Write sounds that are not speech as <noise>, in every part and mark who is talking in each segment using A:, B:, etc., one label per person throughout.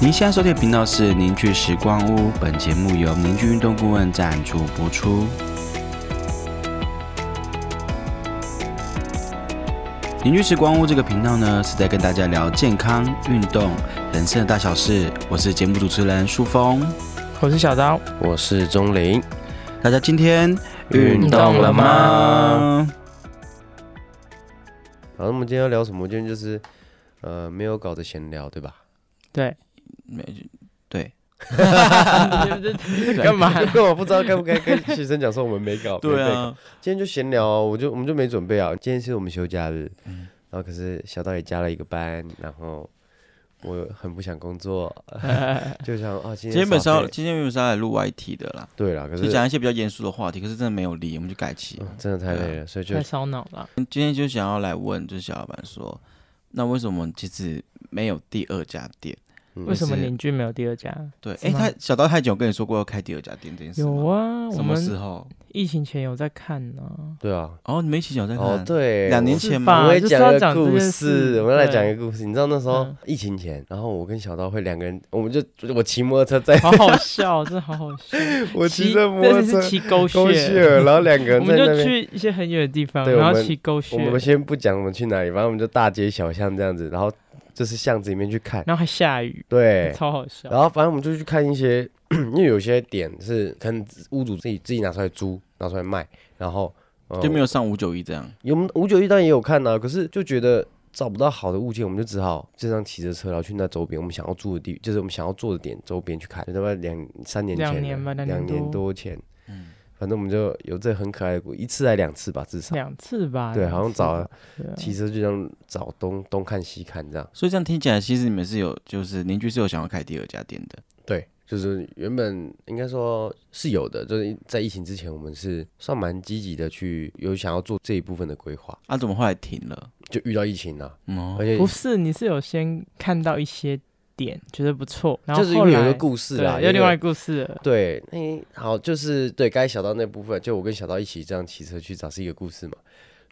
A: 您现在收听的频道是《凝聚时光屋》，本节目由凝聚运动顾问赞助播出。凝聚时光屋这个频道呢，是在跟大家聊健康、运动、人生的大小事。我是节目主持人舒峰，
B: 我是小刀，
C: 我是钟林，
A: 大家今天
C: 运
B: 动了
C: 吗？好，那我们今天要聊什么？今天就是呃没有稿的闲聊，对吧？
B: 对，
A: 对，
B: 干嘛？
C: <laughs> 因为我不知道该不该跟学生讲说我们没稿，
D: 啊
C: 没备稿。，今天就闲聊啊，我就我们就没准备啊。今天是我们休假日，然后可是小道也加了一个班，然后我很不想工作，就想啊，今
D: 今
C: 天
D: 天本
C: 少
D: 上
C: 陪
D: 今天原本是要来录 YT 的啦，
C: 对了，可
D: 就是讲一些比较严肃的话题，可是真的没有力，我们就改期。
C: 嗯真的太累了，所以就
B: 太烧脑了。
D: 今天就想要来问，就是小老板说，那为什么其实没有第二家店？
C: 嗯
B: 为什么
D: 是
B: 邻居没有第二家？
D: 对，
B: 是
D: 哎、
B: 吗
D: 他小刀太久跟你说过要开第二家店这件事吗
B: 有啊，我
D: 什么时
B: 们
D: 候？
B: 疫情前有在看呢。
C: 对啊，
D: 哦，你们一起讲在看。
C: 哦对，
D: 两年
C: 我
D: 前
B: 吧
D: 吗？
C: 我也
B: 啊就是
C: 讲
B: 要
C: 个
B: 讲这
C: 故
B: 件事
C: 事，我们来
B: 对
C: 讲一个故事。你知道那时候
B: 嗯
C: 疫情前，然后我跟小刀会两个人，我们就我骑摩托车在，
B: 好好
C: <laughs>
B: 笑，真的好好笑。
C: 我骑着摩
B: 这
C: 托
B: 是
C: 车
B: 骑狗
C: 勾
B: 血，<laughs>
C: 尔，然后两个
B: 我
C: 人在
B: 们
C: 那
B: 就
C: 边。
B: 去一些很远的地方，
C: 对
B: 然
C: 我
B: 后
C: 们
B: 骑狗
C: 我
B: 血，
C: 们先不讲我们去哪里，反正我们就大街小巷这样子，然后就是巷子里面去看，
B: 然后还下雨，
C: 对，
B: 超好笑。
C: 然后反正我们就去看一些， <coughs> 因为有些点是可能屋主自己自己拿出来租，拿出来卖，然后、呃
D: 就没有上五九一这样。
C: 有我们五九一当然也有看呐、可是就觉得找不到好的物件，我们就只好这样骑着车，然后去那周边我们想要住的地，就是我们想要做的点周边去看。就大概两三年前了，
B: 两年吧两年
C: 两年
B: 多
C: 多前，
D: 嗯，
C: 反正我们就有这很可爱的故，一次还两次吧，至少
B: 两次吧，啊
C: 对，好像找
B: 了
C: 了骑车就这样找东东看西看这样。
D: 所以这样听起来，其实你们是有，就是邻居是有想要开第二家店的。
C: 对，就是原本应该说是有的，就是在疫情之前，我们是算蛮积极的去有想要做这一部分的规划，
D: 啊，怎么后来停了？
C: 就遇到疫情了、
D: 嗯、哦
C: 而且
B: 不是，你是有先看到一些点，觉得不错，然后
C: 就是因
B: 后
C: 为有一
B: 来
C: 个故事
B: 对
C: 啦，
B: 有
C: 有
B: 另
C: 一
B: 外
C: 个
B: 一个故事了，
C: 对，那、好，就是对该小到那部分，就我跟小到一起这样骑车去找是一个故事嘛。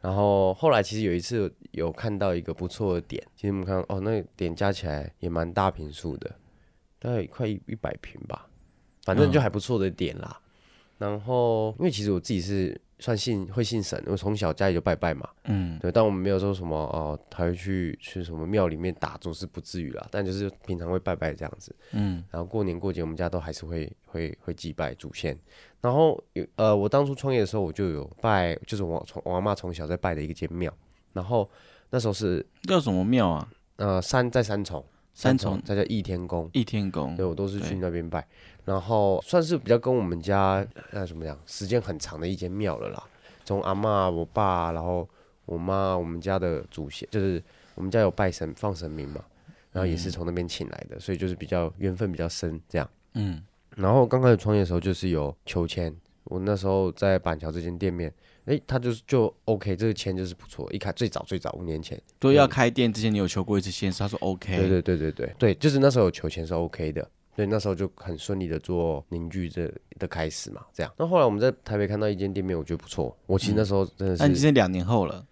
C: 然后后来其实有一次有看到一个不错的点，其实我们看哦，那个点加起来也蛮大平数的，大概快一一百平吧，反正就还不错的点啦。然后因为其实我自己是算信会信神，我从小家里就拜拜嘛，
D: 嗯，
C: 对，但我们没有说什么哦，还会去去什么庙里面打坐是不至于啦，但就是平常会拜拜这样子。
D: 嗯，
C: 然后过年过节我们家都还是会会会祭拜祖先。然后有呃，我当初创业的时候我就有拜，就是我从我阿妈从小在拜的一个间庙。然后那时候是
D: 叫什么庙啊？
C: 呃三在三重，
D: 三重
C: 它叫义天宫，
D: 一天宫
C: 对。我都是去
D: 对
C: 那边拜。然后算是比较跟我们家呃怎么讲时间很长的一间庙了啦，从阿妈、我爸，然后我妈，我们家的祖先，就是我们家有拜神放神明嘛，然后也是从那边请来的，所以就是比较缘分比较深这样。
D: 嗯，
C: 然后刚开始创业的时候就是有求签，我那时候在板桥这间店面，诶，他就是就 OK，这个签就是不错。一开最早最早五年前，
D: 对，要开店之前你有求过一次先生，他说 OK。
C: 啊对对对对对对，就是那时候有求签是 OK 的，对，那时候就很顺利的做凝聚这的开始嘛，这样。那后来我们在台北看到一间店面，我觉得不错，我其实那时候真的
D: 嗯那你
C: 是、
D: 是两年后了，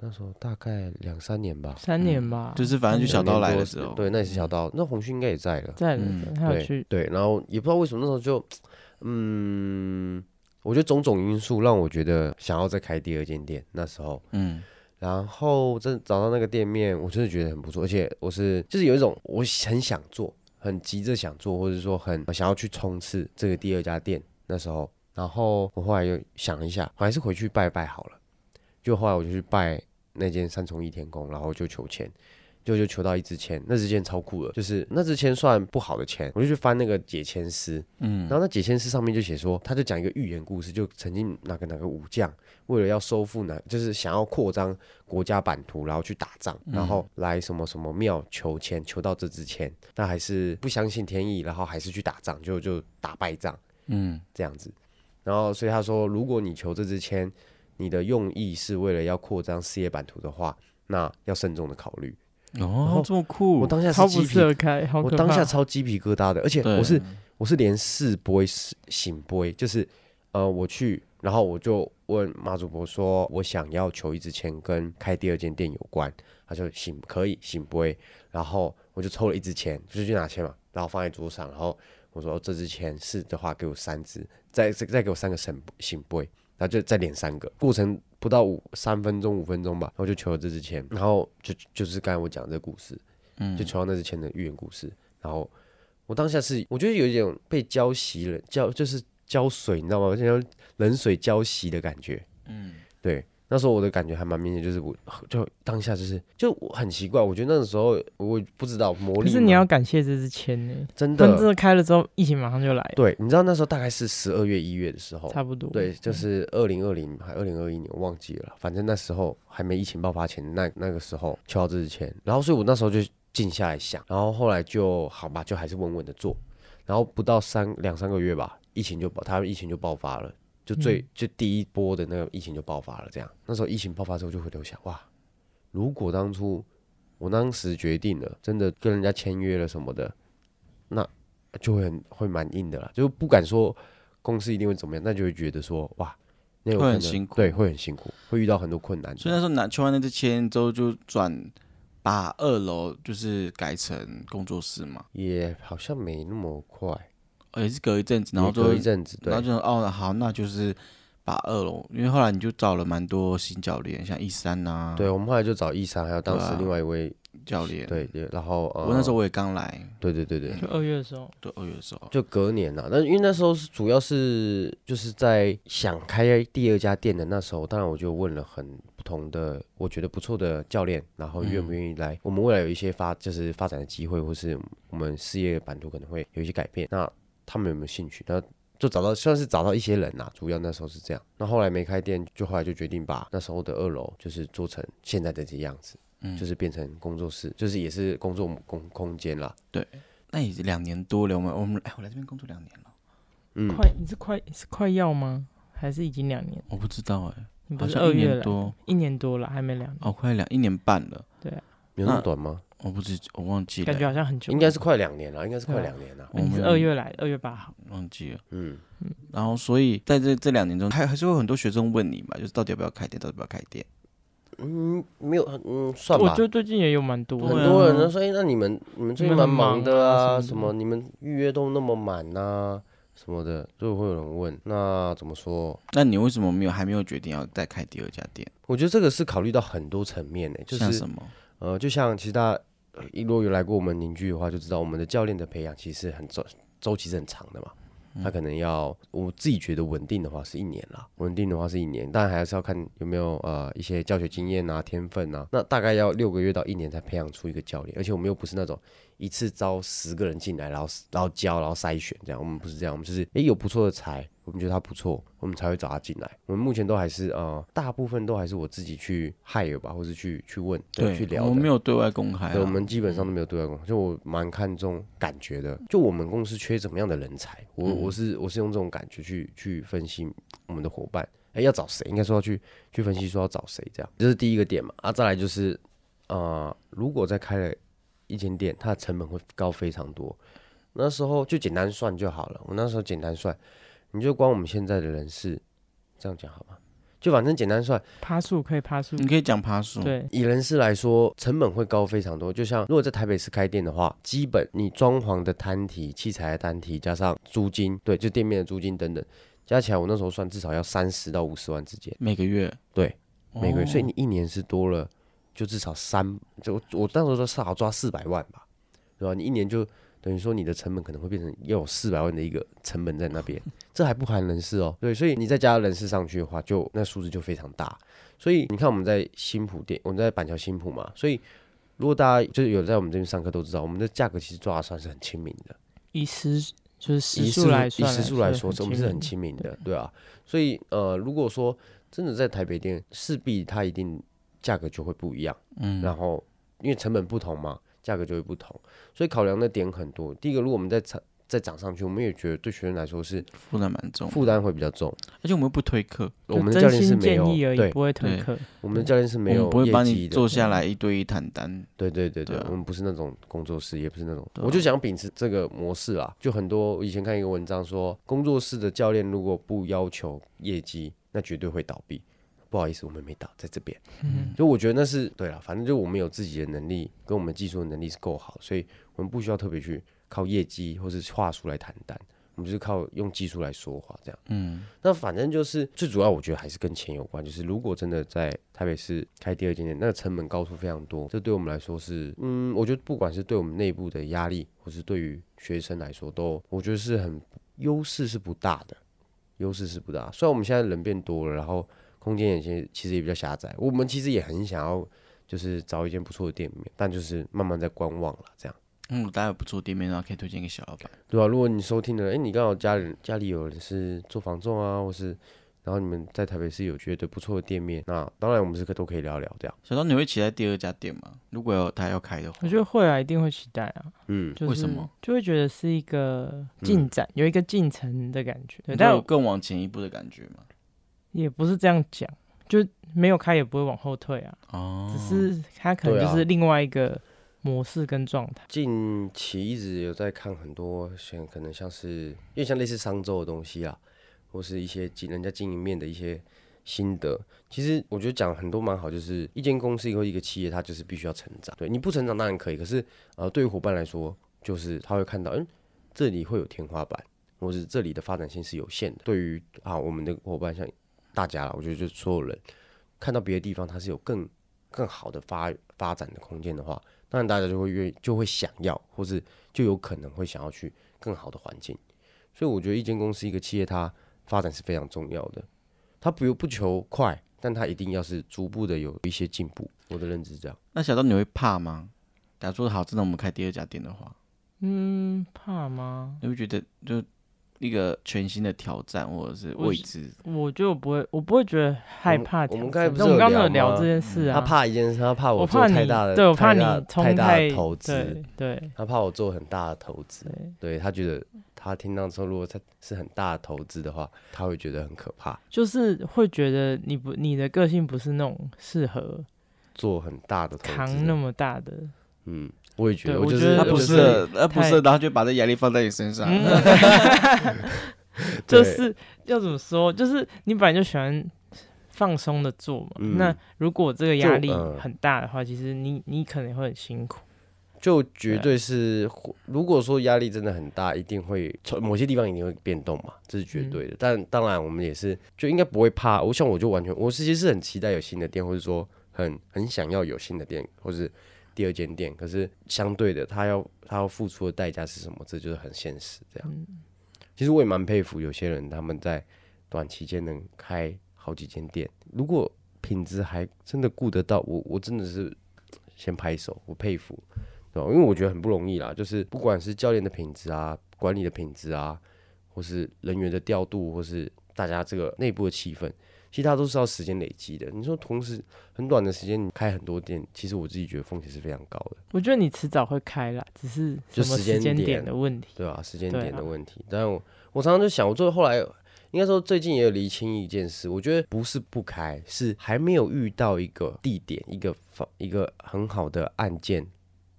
C: 那时候大概两三年吧，
B: 三年吧，
D: 嗯就是反正
C: 嗯
D: 就小刀来的时候，
C: 对，那也是小刀，那红旭应该也在了，
B: 在
D: 嗯
B: 还有
C: 对
B: 去
C: 对，然后也不知道为什么那时候就，嗯，我觉得种种因素让我觉得想要再开第二间店。那时候，
D: 嗯，
C: 然后真的找到那个店面，我真的觉得很不错，而且我是就是有一种我很想做，很急着想做，或者说很想要去冲刺这个第二家店。那时候，然后我后来又想了一下，我还是回去拜拜好了。就后来我就去拜那间三重一天宫，然后就求签，就就求到一支签，那支签超酷了，就是那支签算不好的签，我就去翻那个解签师，嗯，然后那解签师上面就写说，他就讲一个寓言故事，就曾经哪个哪个武将为了要收复哪，就是想要扩张国家版图，然后去打仗，然后来什么什么庙求签，求到这支签，那还是不相信天意，然后还是去打仗，就就打败仗，嗯，这样子，然后所以他说，如果你求这支签。你的用意是为了要扩张事业版图的话，那要慎重的考虑。
D: 哦
C: 后，
D: 这么
C: 我
D: 酷，
C: 当下
B: 超
C: 是
B: 不
C: 鸡
B: 适
C: 皮，
B: 合开，好
C: 我
B: 可
C: 当
B: 怕
C: 下超鸡皮疙瘩的，而且
D: 对
C: 我是我是连试播醒播，就是。呃，我去，然后我就问马主播说，我想要求一支签跟开第二间店有关，他说行，可以，行不会，然后我就抽了一支签，就是去拿签嘛，然后放在桌上，然后我说、哦这支签是的话，给我三支，再再再给我三个神行不会，然后就再连三个，过程不到五三分钟五分钟吧，然后就求了这支签，然后就就是刚才我讲的这个故事，
D: 嗯
C: 就求到那支签的寓言故事，然后我当下是我觉得有一种被浇熄了，浇就是浇水，你知道吗？就像冷水浇熄的感觉。
D: 嗯，
C: 对，那时候我的感觉还蛮明显，就是我就当下就是就我很奇怪，我觉得那个时候我不知道魔力嘛，
B: 可是你要感谢这支签呢、
C: 真
B: 他们真
C: 的
B: 的开了之后，疫情马上就来了，
C: 对，你知道那时候大概是十二月一月的时候，
B: 差不多。
C: 对，就是二零二零还二零二一年，我忘记了，反正那时候还没疫情爆发前，那那个时候秋到之前，然后所以我那时候就静下来想，然后后来就好吧，就还是稳稳的做，然后不到三两三个月吧，疫情就爆，他们疫情就爆发了，就最、
B: 嗯
C: 就第一波的那个疫情就爆发了，这样，那时候疫情爆发之后就回头想，哇，如果当初我当时决定了，真的跟人家签约了什么的，那就会很会蛮硬的啦，就不敢说公司一定会怎么样，那就会觉得说哇，那有
D: 会很
C: 可能
D: 辛苦
C: 对，会很辛苦，会遇到很多困难。
D: 所以那时候拿签完那支签之后，就转把二楼就是改成工作室嘛，
C: 也好像没那么快，
D: 呃也是隔一阵子，然后
C: 也
D: 就
C: 隔一阵子，对
D: 然后，就哦好，那就是把二楼，因为后来你就找了蛮多新教练，像一三呐，
C: 对，我们后来就找易商，还有当时
D: 对啊
C: 另外一位，
D: 教练，，
C: 对对，然后呃
D: 我那时候我也刚来，
C: 对对对对，
B: 嗯就二月的时候，
D: 对二月的时候，
C: 就隔年啦、那因为那时候是主要是就是在想开第二家店的那时候，当然我就问了很不同的，我觉得不错的教练，然后愿不愿意来？我们未来有一些发就是发展的机会，或是我们事业版图可能会有一些改变，那他们有没有兴趣？那就找到算是找到一些人啦、啊主要那时候是这样。那后来没开店，就后来就决定把那时候的二楼就是做成现在的这样子，
D: 嗯
C: 就是变成工作室，就是也是工作空空间啦。
D: 那也是两年多了，我们我们哎，我来这边工作两年了，
C: 嗯，
B: 快你是快是快要吗？还是已经两年？
D: 我不知道哎，
B: 你不
D: 好
B: 是
D: 像
B: 二
D: 一
B: 月
D: 年
B: 来，
D: 多
B: 一年多了，还没两年，
D: 哦，快两一年半了，
C: 有那么
D: 那
C: 短吗？
D: 我不知我忘记了
B: 感觉，好像很久。
C: 应该是快两年了，应该是快
B: 对啊
C: 两年了。
D: 我
B: 你
D: 们
B: 是二月来，二月八号。
D: 忘记了。
C: 嗯，
D: 然后，所以在这这两年中，还还是会有很多学生问你嘛，就是到底要不要开店，到底要不要开店？
C: 嗯，没有，嗯，算
B: 我
C: 吧
B: 觉。得最近也有蛮多
D: 对
C: 很
D: 啊
B: 的，
C: 多人都说，哎、那你们你们最近
B: 你们
C: 蛮
B: 很
C: 忙
B: 忙
C: 的
B: 啊
C: 啊，什
B: 什
C: 么
B: 么
C: 你们预约都那么满呐、什么的，就会有人问。那怎么说？
D: 那你为什么没有还没有决定要再开第二家店？
C: 我觉得这个是考虑到很多层面呢、就
D: 像
C: 是
D: 什么？
C: 呃，就像其实大家呃如果有来过我们邻居的话，就知道我们的教练的培养其实很周周期是很长的嘛。他可能要，我自己觉得稳定的话是一年啦，稳定的话是一年，但还是要看有没有呃一些教学经验啊、天分啊。那大概要六个月到一年才培养出一个教练，而且我们又不是那种一次招十个人进来，然后然后教，然后筛选这样，我们不是这样，我们就是诶有不错的才，我们觉得他不错，我们才会找他进来。我们目前都还是呃大部分都还是我自己去 hire 吧，或是去去问，去聊的。
D: 我们没有对外公开、啊。
C: 对，我们基本上都没有对外公开，就我蛮看重感觉的。就我们公司缺怎么样的人才，我、我是我是用这种感觉去去分析我们的伙伴，哎，要找谁，应该说要去去分析说要找谁，这样这是第一个点嘛。啊，再来就是，呃，如果再开了一间店，它的成本会高非常多。那时候就简单算就好了，我那时候简单算，你就光我们现在的人事，这样讲好吗？就反正简单算，
B: 爬树可以爬树，
D: 你可以讲爬树，，
B: 对，
C: 以人事来说，成本会高非常多。就像如果在台北市开店的话，基本你装潢的摊体、器材的摊体，加上租金，对，就店面的租金等等，加起来我那时候算至少要三十到五十万之间，
D: 每个月，
C: 对，每个月。
D: 哦
C: 所以你一年是多了，就至少三，就我我那时候说至少抓四百万吧，对吧？你一年就等于说你的成本可能会变成又有四百万的一个成本在那边，这还不含人事哦。对，所以你再加人事上去的话，就那数字就非常大。所以你看我们在新浦店，我们在板桥新浦嘛，所以如果大家就是有在我们这边上课都知道，我们的价格其实抓的算是很亲民的。
B: 以时就是时
C: 以
B: 数来
C: 以
B: 算，
C: 时数来说，
B: 是
C: 我们是很
B: 民
C: 亲民的，对啊。所以呃，如果说真的在台北店，势必它一定价格就会不一样，嗯，然后因为成本不同嘛，价格就会不同，所以考量的点很多。第一个，如果我们在产再涨上去，我们也觉得对学生来说是
D: 负担蛮重，
C: 负担会比较重。
D: 而且我们又不推课，
C: 我们的教
B: 真
C: 练是
B: 心
C: 没
B: 建
C: 有
B: 议而已，
C: 对，
B: 不会推
D: 对
B: 课。
C: 我们的教练是
D: 我
C: 没
D: 们
C: 有
D: 不会
C: 业
D: 帮
C: 绩
D: 你
C: 的嗯
D: 坐下来一对一谈单，
C: 对对对对，
D: 对啊
C: 我们不是那种工作室，也不是那种，
D: 对啊
C: 我就想秉持这个模式啦。就很多我以前看一个文章说，工作室的教练如果不要求业绩，那绝对会倒闭。不好意思，我们没倒，在这边。
B: 嗯，
C: 就我觉得那是对了，反正就我们有自己的能力，跟我们技术的能力是够好，所以我们不需要特别去靠业绩或是话术来谈单，我们就是靠用技术来说话这样。
D: 嗯，
C: 那反正就是最主要，我觉得还是跟钱有关。就是如果真的在台北市开第二间店，那个成本高出非常多，这对我们来说是，嗯，我觉得不管是对我们内部的压力，或是对于学生来说，都我觉得是很优势是不大的，优势是不大。虽然我们现在人变多了，然后空间也其实其实也比较狭窄，我们其实也很想要就是找一间不错的店面，但就是慢慢在观望了，这样。
D: 嗯，我大家有不做店面的话，可以推荐给小老板。
C: 对啊，如果你收听的人，哎、你刚好家人家里有人是做房仲啊，或是然后你们在台北市有觉得不错的店面，那当然我们是可都可以聊聊这样。
D: 小张，你会期待第二家店吗？如果有他要开的话，
B: <laughs> 我觉得会啊，一定会期待啊。
C: 嗯，
B: 就是、
D: 为什么？
B: 就会觉得是一个进展，有一个进程的感觉。对，
D: 你会
B: 但
D: 有更往前一步的感觉吗？
B: 也不是这样讲，就没有开也不会往后退啊，
D: 哦，
B: 只是它可能
C: 对
B: 就
C: 啊
B: 是另外一个模式跟状态。
C: 近期一直有在看很多像可能像是，因为像类似商周的东西啊，或是一些经人家经营面的一些心得。其实我觉得讲很多蛮好，就是一间公司或一个企业，它就是必须要成长。对，你不成长当然可以，可是呃，对于伙伴来说，就是他会看到，嗯，这里会有天花板，或是这里的发展性是有限的。对于啊，我们的伙伴像大家啦，我觉得就是所有人看到别的地方它是有更更好的发发展的空间的话，当然大家就会愿意就会想要，或是就有可能会想要去更好的环境。所以我觉得一间公司一个企业它发展是非常重要的，它不不求快，但它一定要是逐步的有一些进步。我的认知是这样，
D: 那小张你会怕吗？假如说好，真的我们开第二家店的话，
B: 嗯，怕吗？
D: 你会觉得就一个全新的挑战或者是
B: 我
D: 未
B: 是
D: 知，
B: 我就不会，我不会觉得害怕
C: 我
B: 挑战。
C: 们我们刚才不是
B: 但我们刚刚没有
C: 有聊
B: 聊
C: 吗嗯
B: 这件事啊，
C: 他怕一件事，他怕
B: 我
C: 做
B: 怕你
C: 太大的，
B: 对我怕
C: 太
B: 你
C: 大
B: 冲
C: 太大的
B: 太
C: 投资
B: 对，对
C: 他怕我做很大的投资，
B: 对，
C: 对他觉得他听到说，如果他是很大的投资的话，他会觉得很可怕。
B: 就是会觉得你不你的个性不是那种适合
C: 做很大的投资
B: 扛那
C: 的，
B: 么大的。
C: 嗯，我也觉得，
B: 对
C: 我
B: 我
C: 就
B: 觉得
C: 是
D: 他
C: 我
D: 不
C: 就是
B: 是
C: 嗯
D: 适合，他不
B: 太
D: 适合，然后就把这压力放在你身上。
B: 嗯就
C: <laughs> 对
B: 是要怎么说？就是你本来就喜欢放松的做嘛。
C: 嗯
B: 那如果这个压
C: 就
B: 力
C: 呃
B: 很大的话，其实你你可能会很辛苦。
C: 就绝对是，如果说压力真的很大，一定会从某些地方一定会变动嘛，这是绝对的。但当然，我们也是就应该不会怕。我像我就完全，我其实是很期待有新的店，或者说很很想要有新的店，或是第二间店。可是相对的，他要他要付出的代价是什么？这就是很现实。这样，其实我也蛮佩服有些人，他们在短期间能开好几间店，如果品质还真的顾得到，我我真的是先拍手，我佩服。对吧因为我觉得很不容易啦，就是不管是教练的品质啊、管理的品质啊，或是人员的调度，或是大家这个内部的气氛，其实它都是要时间累积的。你说同时很短的时间你开很多店，其实我自己觉得风险是非常高的，
B: 我觉得你迟早会开啦，只是
C: 就
B: 什么
C: 时间
B: 时间
C: 点
B: 点的问题。
C: 对吧、时间
B: 对啊
C: 点的问题。但我我常常就想，我最后来应该说最近也有厘清一件事，我觉得不是不开，是还没有遇到一个地点、一个方、一个很好的案件，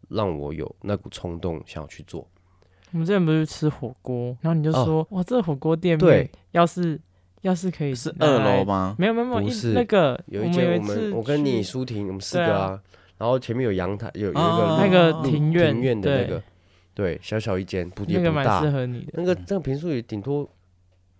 C: 让我有那股冲动想要去做。
B: 我们之前不是去吃火锅，然后你就
C: 哦
B: 说：“哇，这火锅店
C: 对
B: 面要是要是可以
D: 是
B: 拿
D: 二
B: 来
D: 楼
C: 嗯
D: 吗？
B: 没有没有没有
C: 不
B: 一
C: 是
B: 那个
C: 有一
B: 一
C: 间
B: 有
C: 我们
B: 次
C: 我跟你
B: 去
C: 舒婷，我们四
B: 对啊
C: 个啊，然后前面有阳台，有有一个
D: 哦
B: 那
C: 露
B: 个
D: 嗯
B: 庭院
C: 庭院的那个
B: 对，
C: 对，小小一间，不也
B: 那
C: 不
B: 个蛮适
C: 大，
B: 合你的，
C: 那个那个平数也顶多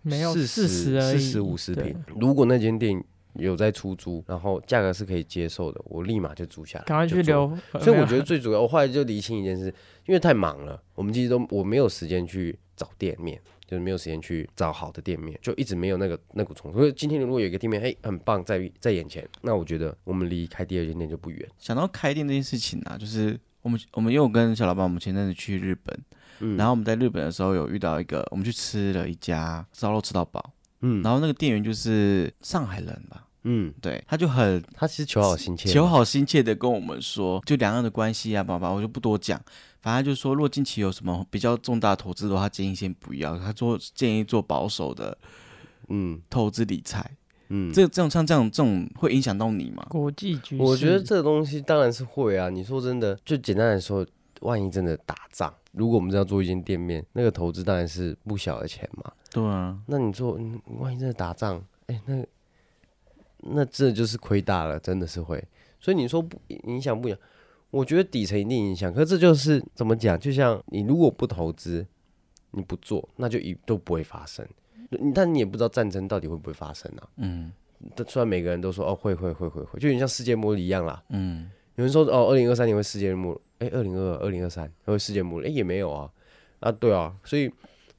B: 没有
C: 四
B: 十而已，
C: 四十五十
B: 对
C: 平。如果那间店有在出租，然后价格是可以接受的，我立马就租下来，
B: 赶快
C: 就
B: 去
C: 做
B: 留。呃
C: 所以
B: 没
C: 我
B: 有
C: 觉得最主要，我后来就理清一件事，因为太忙了，我们其实都我没有时间去找店面，就是没有时间去找好的店面，就一直没有那个那股冲动。所以今天如果有一个店面，哎，很棒，在在眼前，那我觉得我们离开第二间店就不远。
D: 想到开店这件事情啊，就是我们我们因为我跟小老板，我们前阵子去日本，
C: 嗯
D: 然后我们在日本的时候有遇到一个，我们去吃了一家烧肉吃到饱，
C: 嗯
D: 然后那个店员就是上海人吧，
C: 嗯，
D: 对，他就很
C: 他其实求好心切，
D: 求好心切的跟我们说，就两岸的关系啊，爸爸，我就不多讲。反正他就说，若近期有什么比较重大投资的话，他建议先不要。他做建议做保守的
C: 嗯
D: 投资理财。
C: 嗯，
D: 这这种像这种这种会影响到你吗？
B: 国际局势，
C: 我觉得这个东西当然是会啊。你说真的，就简单来说，万一真的打仗，如果我们真的要做一间店面，那个投资当然是不小的钱嘛。
D: 对啊，
C: 那你做，嗯万一真的打仗，哎、那那这就是亏大了，真的是会。所以你说不影响不影响？我觉得底层一定影响，可是这就是怎么讲？就像你如果不投资，你不做，那就一都不会发生。你但你也不知道战争到底会不会发生啊？
D: 嗯
C: 但虽然每个人都说哦会会会会会，就有点像世界末日一样啦。
D: 嗯，
C: 有人说哦，二零二三年会世界末日，哎、2二零二二零二三会世界末日，哎、也没有啊，啊，对啊，所以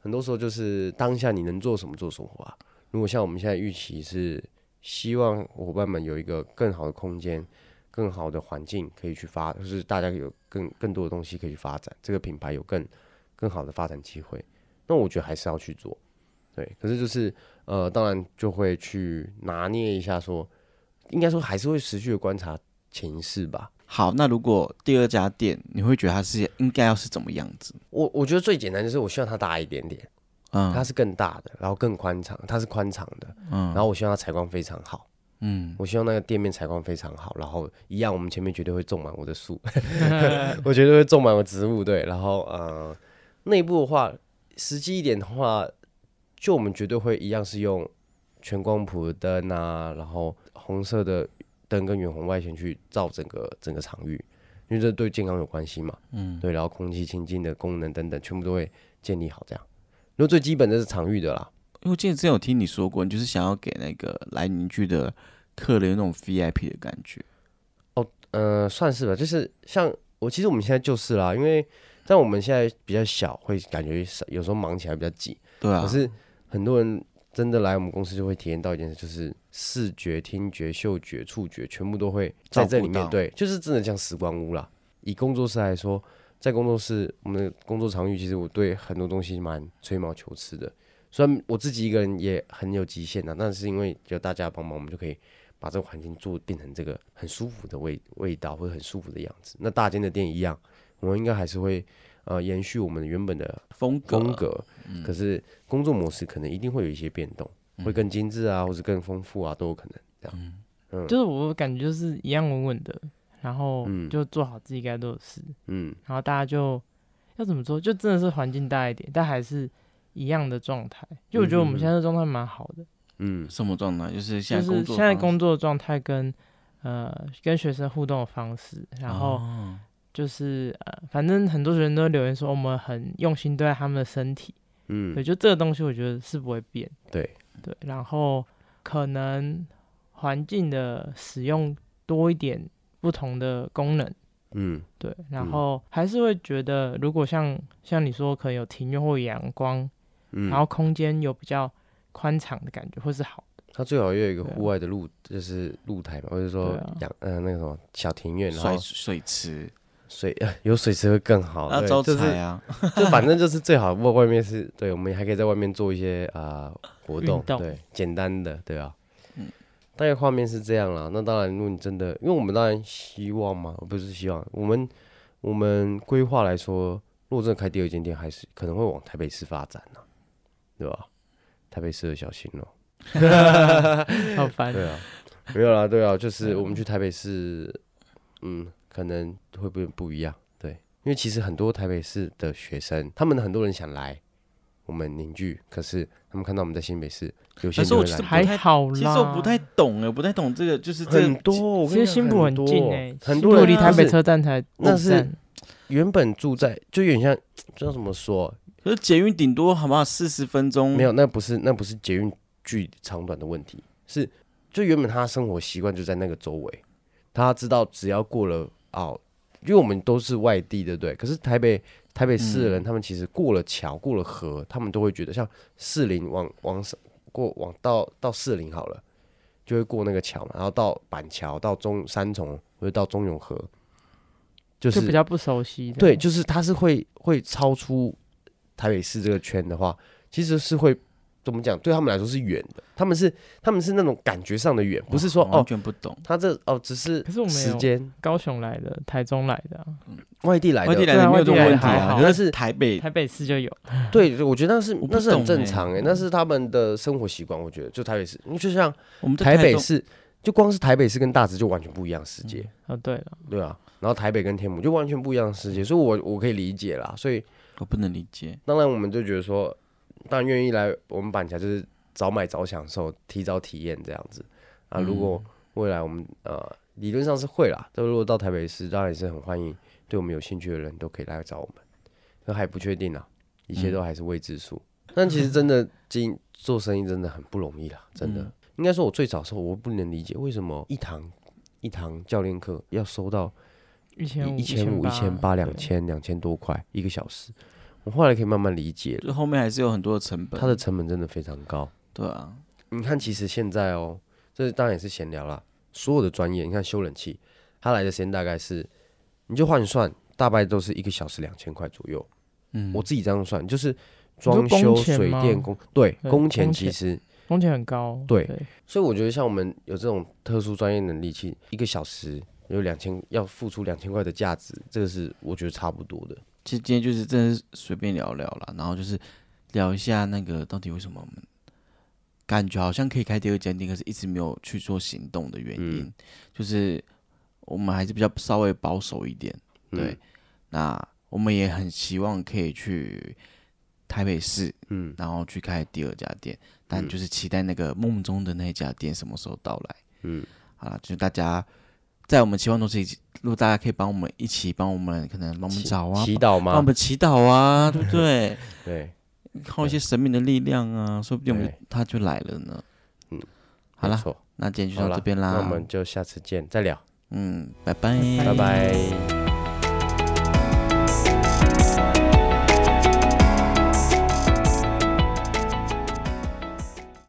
C: 很多时候就是当下你能做什么做什么啊。如果像我们现在预期是希望伙伴们有一个更好的空间、更好的环境可以去发，就是大家有更更多的东西可以去发展，这个品牌有更更好的发展机会，那我觉得还是要去做。对，可是就是呃，当然就会去拿捏一下说应该说还是会持续的观察情势吧。
D: 好，那如果第二家店，你会觉得它是应该要是怎么样子？
C: 我我觉得最简单就是我希望它大一点点，它
D: 嗯
C: 是更大的，然后更宽敞，它是宽敞的，然
D: 嗯
C: 后我希望它采光非常好，
D: 嗯，
C: 我希望那个店面采光非常好，然后一样我们前面绝对会种满我的树， <laughs> 我绝对会种满我植物，对，然后呃内部的话，实际一点的话，就我们绝对会一样是用全光谱的灯啊，然后红色的灯跟远红外线去照整个整个场域，因为这对健康有关系嘛。嗯，对，然后空气清净的功能等等，全部都会建立好这样。如果最基本的是场域的啦，
D: 因为我记得之前有听你说过，你就是想要给那个来邻居的客人有那种 VIP 的感觉。
C: 呃，算是吧，就是像我，其实我们现在就是啦，因为但我们现在比较小，会感觉少有时候忙起来比较挤，
D: 对啊，
C: 可是很多人真的来我们公司就会体验到一件事，就是视觉、听觉、嗅觉、触觉全部都会在这里
D: 照顾
C: 面
D: 到，
C: 对，就是真的像时光屋啦。以工作室来说，在工作室我们的工作场域，其实我对很多东西蛮吹毛求疵的。虽然我自己一个人也很有极限的、啊但是因为有大家帮忙，我们就可以把这个环境做变成这个很舒服的味味道，或者很舒服的样子。那大间的店一样，我们应该还是会呃延续我们原本的
D: 风格嗯
C: 风格，可是工作模式可能一定会有一些变动，会更精致啊，或者更丰富啊，都有可能这样。
B: <laughs>
D: 嗯
B: 就是我感觉就是一样稳稳的，然后
C: 嗯
B: 就做好自己该做的事，
C: 嗯，
B: 然后大家就要怎么说，就真的是环境大一点，但还是一样的状态。就我觉得我们现在的状态蛮好的，
C: 嗯
D: 什么状态？就是现
B: 就
D: 在工
B: 是
D: 作
B: 现在
D: 方
B: 工作状态跟呃跟学生互动的方式，然后
D: 哦
B: 就是、呃，反正很多学生都留言说哦我们很用心对待他们的身体，对，
C: 嗯，
B: 就这个东西我觉得是不会变。
C: 对，
B: 对，然后可能环境的使用多一点不同的功能，
C: 嗯
B: 对，
C: 嗯
B: 然后还是会觉得，如果像像你说，可能有庭院或阳光，
C: 嗯，
B: 然后空间有比较宽敞的感觉，会是好的。
C: 它最好又有一个
B: 对啊
C: 户外的露，就是露台嘛，或者说
B: 对啊
C: 养呃那个什么小庭院，然
D: 水
C: 后
D: 水池，
C: 水 <laughs> 有水池会更好，
D: 那
C: 对
D: 招
C: 就是
D: 财啊，
B: <laughs>
C: 就反正就是最好，外外面是对，我们还可以在外面做一些啊、呃活动
B: 运，动
C: 对，简单的，对啊，
D: 嗯
C: 大概画面是这样啦。那当然，如果你真的，因为我们当然希望嘛，不是希望，我们我们规划来说，如果真的开第二间店，还是可能会往台北市发展呢、对吧？台北市的小心哦、
B: 好烦，
C: 对啊，没有啦，对啊，就是我们去台北市，嗯，可能会不会不一样？对，因为其实很多台北市的学生，他们很多人想来我们邻居，可是他们看到我们在新北市，有些
D: 可
C: 人
D: 是
C: 就
D: 我
C: 会
D: 觉得
C: 来。
B: 还好啦。
D: 其实我不太懂哎，我不太懂这个，就是这
C: 很
D: 个
C: 多，我
B: 其
C: 跟你
B: 实
C: 讲
B: 新浦
C: 很
B: 很
C: 多
B: 近诶、
C: 很
B: 新
C: 多
B: 浦
C: 人
B: 离台北
C: 就是
B: 车站才五
C: 那是
B: 站，
C: 原本住在，就有点像，这要怎么说？
D: 可是捷运顶多好不好四十分钟，
C: 没有，那不是那不是捷运距离长短的问题，是就原本他生活习惯就在那个周围，他知道只要过了哦，因为我们都是外地，对不对？可是台北台北市
B: 嗯
C: 的人，他们其实过了桥、过了河，他们都会觉得像士林往往上过往到到士林好了，就会过那个桥嘛，然后到板桥、到中三重或者到中永和，就
B: 就是比较不熟悉的。
C: 对，就是它是会会超出台北市这个圈的话，其实是会怎么讲，对他们来说是远的，他们是他们是那种感觉上的远，不是说
D: 完
C: 哦，
D: 全不懂。
C: 他这哦只是
B: 可是我们
C: 时
B: 有
C: 间
B: 高雄来的，台中来的啊、
C: 外地来
D: 外地
C: 的，
D: 来的没有这种
B: 对啊
D: 问题
B: 外地来的还
D: 啊，
B: 好
D: 但是台北
B: 台北市就有。
C: 对，我觉得那是
D: 我不
C: 那是很
D: 懂
C: 正
D: 欸
C: 常哎，那是他们的生活习惯，我觉得就台北市，因为就像
D: 我们在
C: 台北
D: 中
C: 市，就光是台北市跟大直就完全不一样的世界，
B: 哦，对了，
D: 嗯
C: 对啊，然后台北跟天母就完全不一样的世界，所以我我可以理解啦，所以
D: 我不能理解。
C: 当然我们就觉得说，当然愿意来我们板桥就是早买早享受，提早体验这样子啊。如果未来我们呃理论上是会啦，但如果到台北市，当然也是很欢迎对我们有兴趣的人都可以来找我们，那还不确定啊，一切都还是未知数。但其实真的经做生意真的很不容易啦，真的。
D: 嗯
C: 应该说，我最早的时候我不能理解为什么一堂一堂教练课要收到
B: 一千五、
C: 一千五、一千八、
B: 八、
C: 两
B: 对。
C: 千、两千多块一个小时。我后来可以慢慢理解了，
D: 就后面还是有很多的成本。
C: 它的成本真的非常高。
D: 对啊，
C: 你看，其实现在哦，这当然也是闲聊啦。所有的专业，你看修冷气，它来的时间大概是，你就换算，大概都是一个小时两千块左右。
D: 嗯，
C: 我自己这样算，就是
B: 说
C: 装修、
B: 工钱
C: 水
B: 吗
C: 电工，对
B: 对
C: 工钱
B: 工
C: 其
B: 钱
C: 实
B: 工钱很高。
C: 对
B: 对
C: 所以我觉得像我们有这种特殊专业能力，其实一个小时有两千，要付出两千块的价值，这个是我觉得差不多的。
D: 其实今天就是真的是随便聊聊啦，然后就是聊一下那个到底为什么我们感觉好像可以开第二间店，可是一直没有去做行动的原因，
C: 嗯
D: 就是我们还是比较稍微保守一点。
C: 嗯
D: 对，那我们也很希望可以去台北市，
C: 嗯，
D: 然后去开第二家店，但
C: 嗯
D: 就是期待那个梦中的那一家店什么时候到来。
C: 嗯
D: 好啦，就是大家在我们期望中是一起，如果大家可以帮我们一起帮我们，可能帮我们
C: 祈
D: 找啊，
C: 祈祷
D: 帮我
C: 吗？
D: 们祈祷
C: <laughs>
D: 啊，对不对？
C: 对，
D: 靠一些神明的力量啊，说不定我们
C: 对
D: 他就来了呢。
C: 嗯，
D: 好
C: 没
D: 啦，
C: 错
D: 那今天就
C: 好
D: 到
C: 啦
D: 这边啦，
C: 那我们就下次见，再聊，
D: 嗯，拜
B: 拜
C: 拜拜。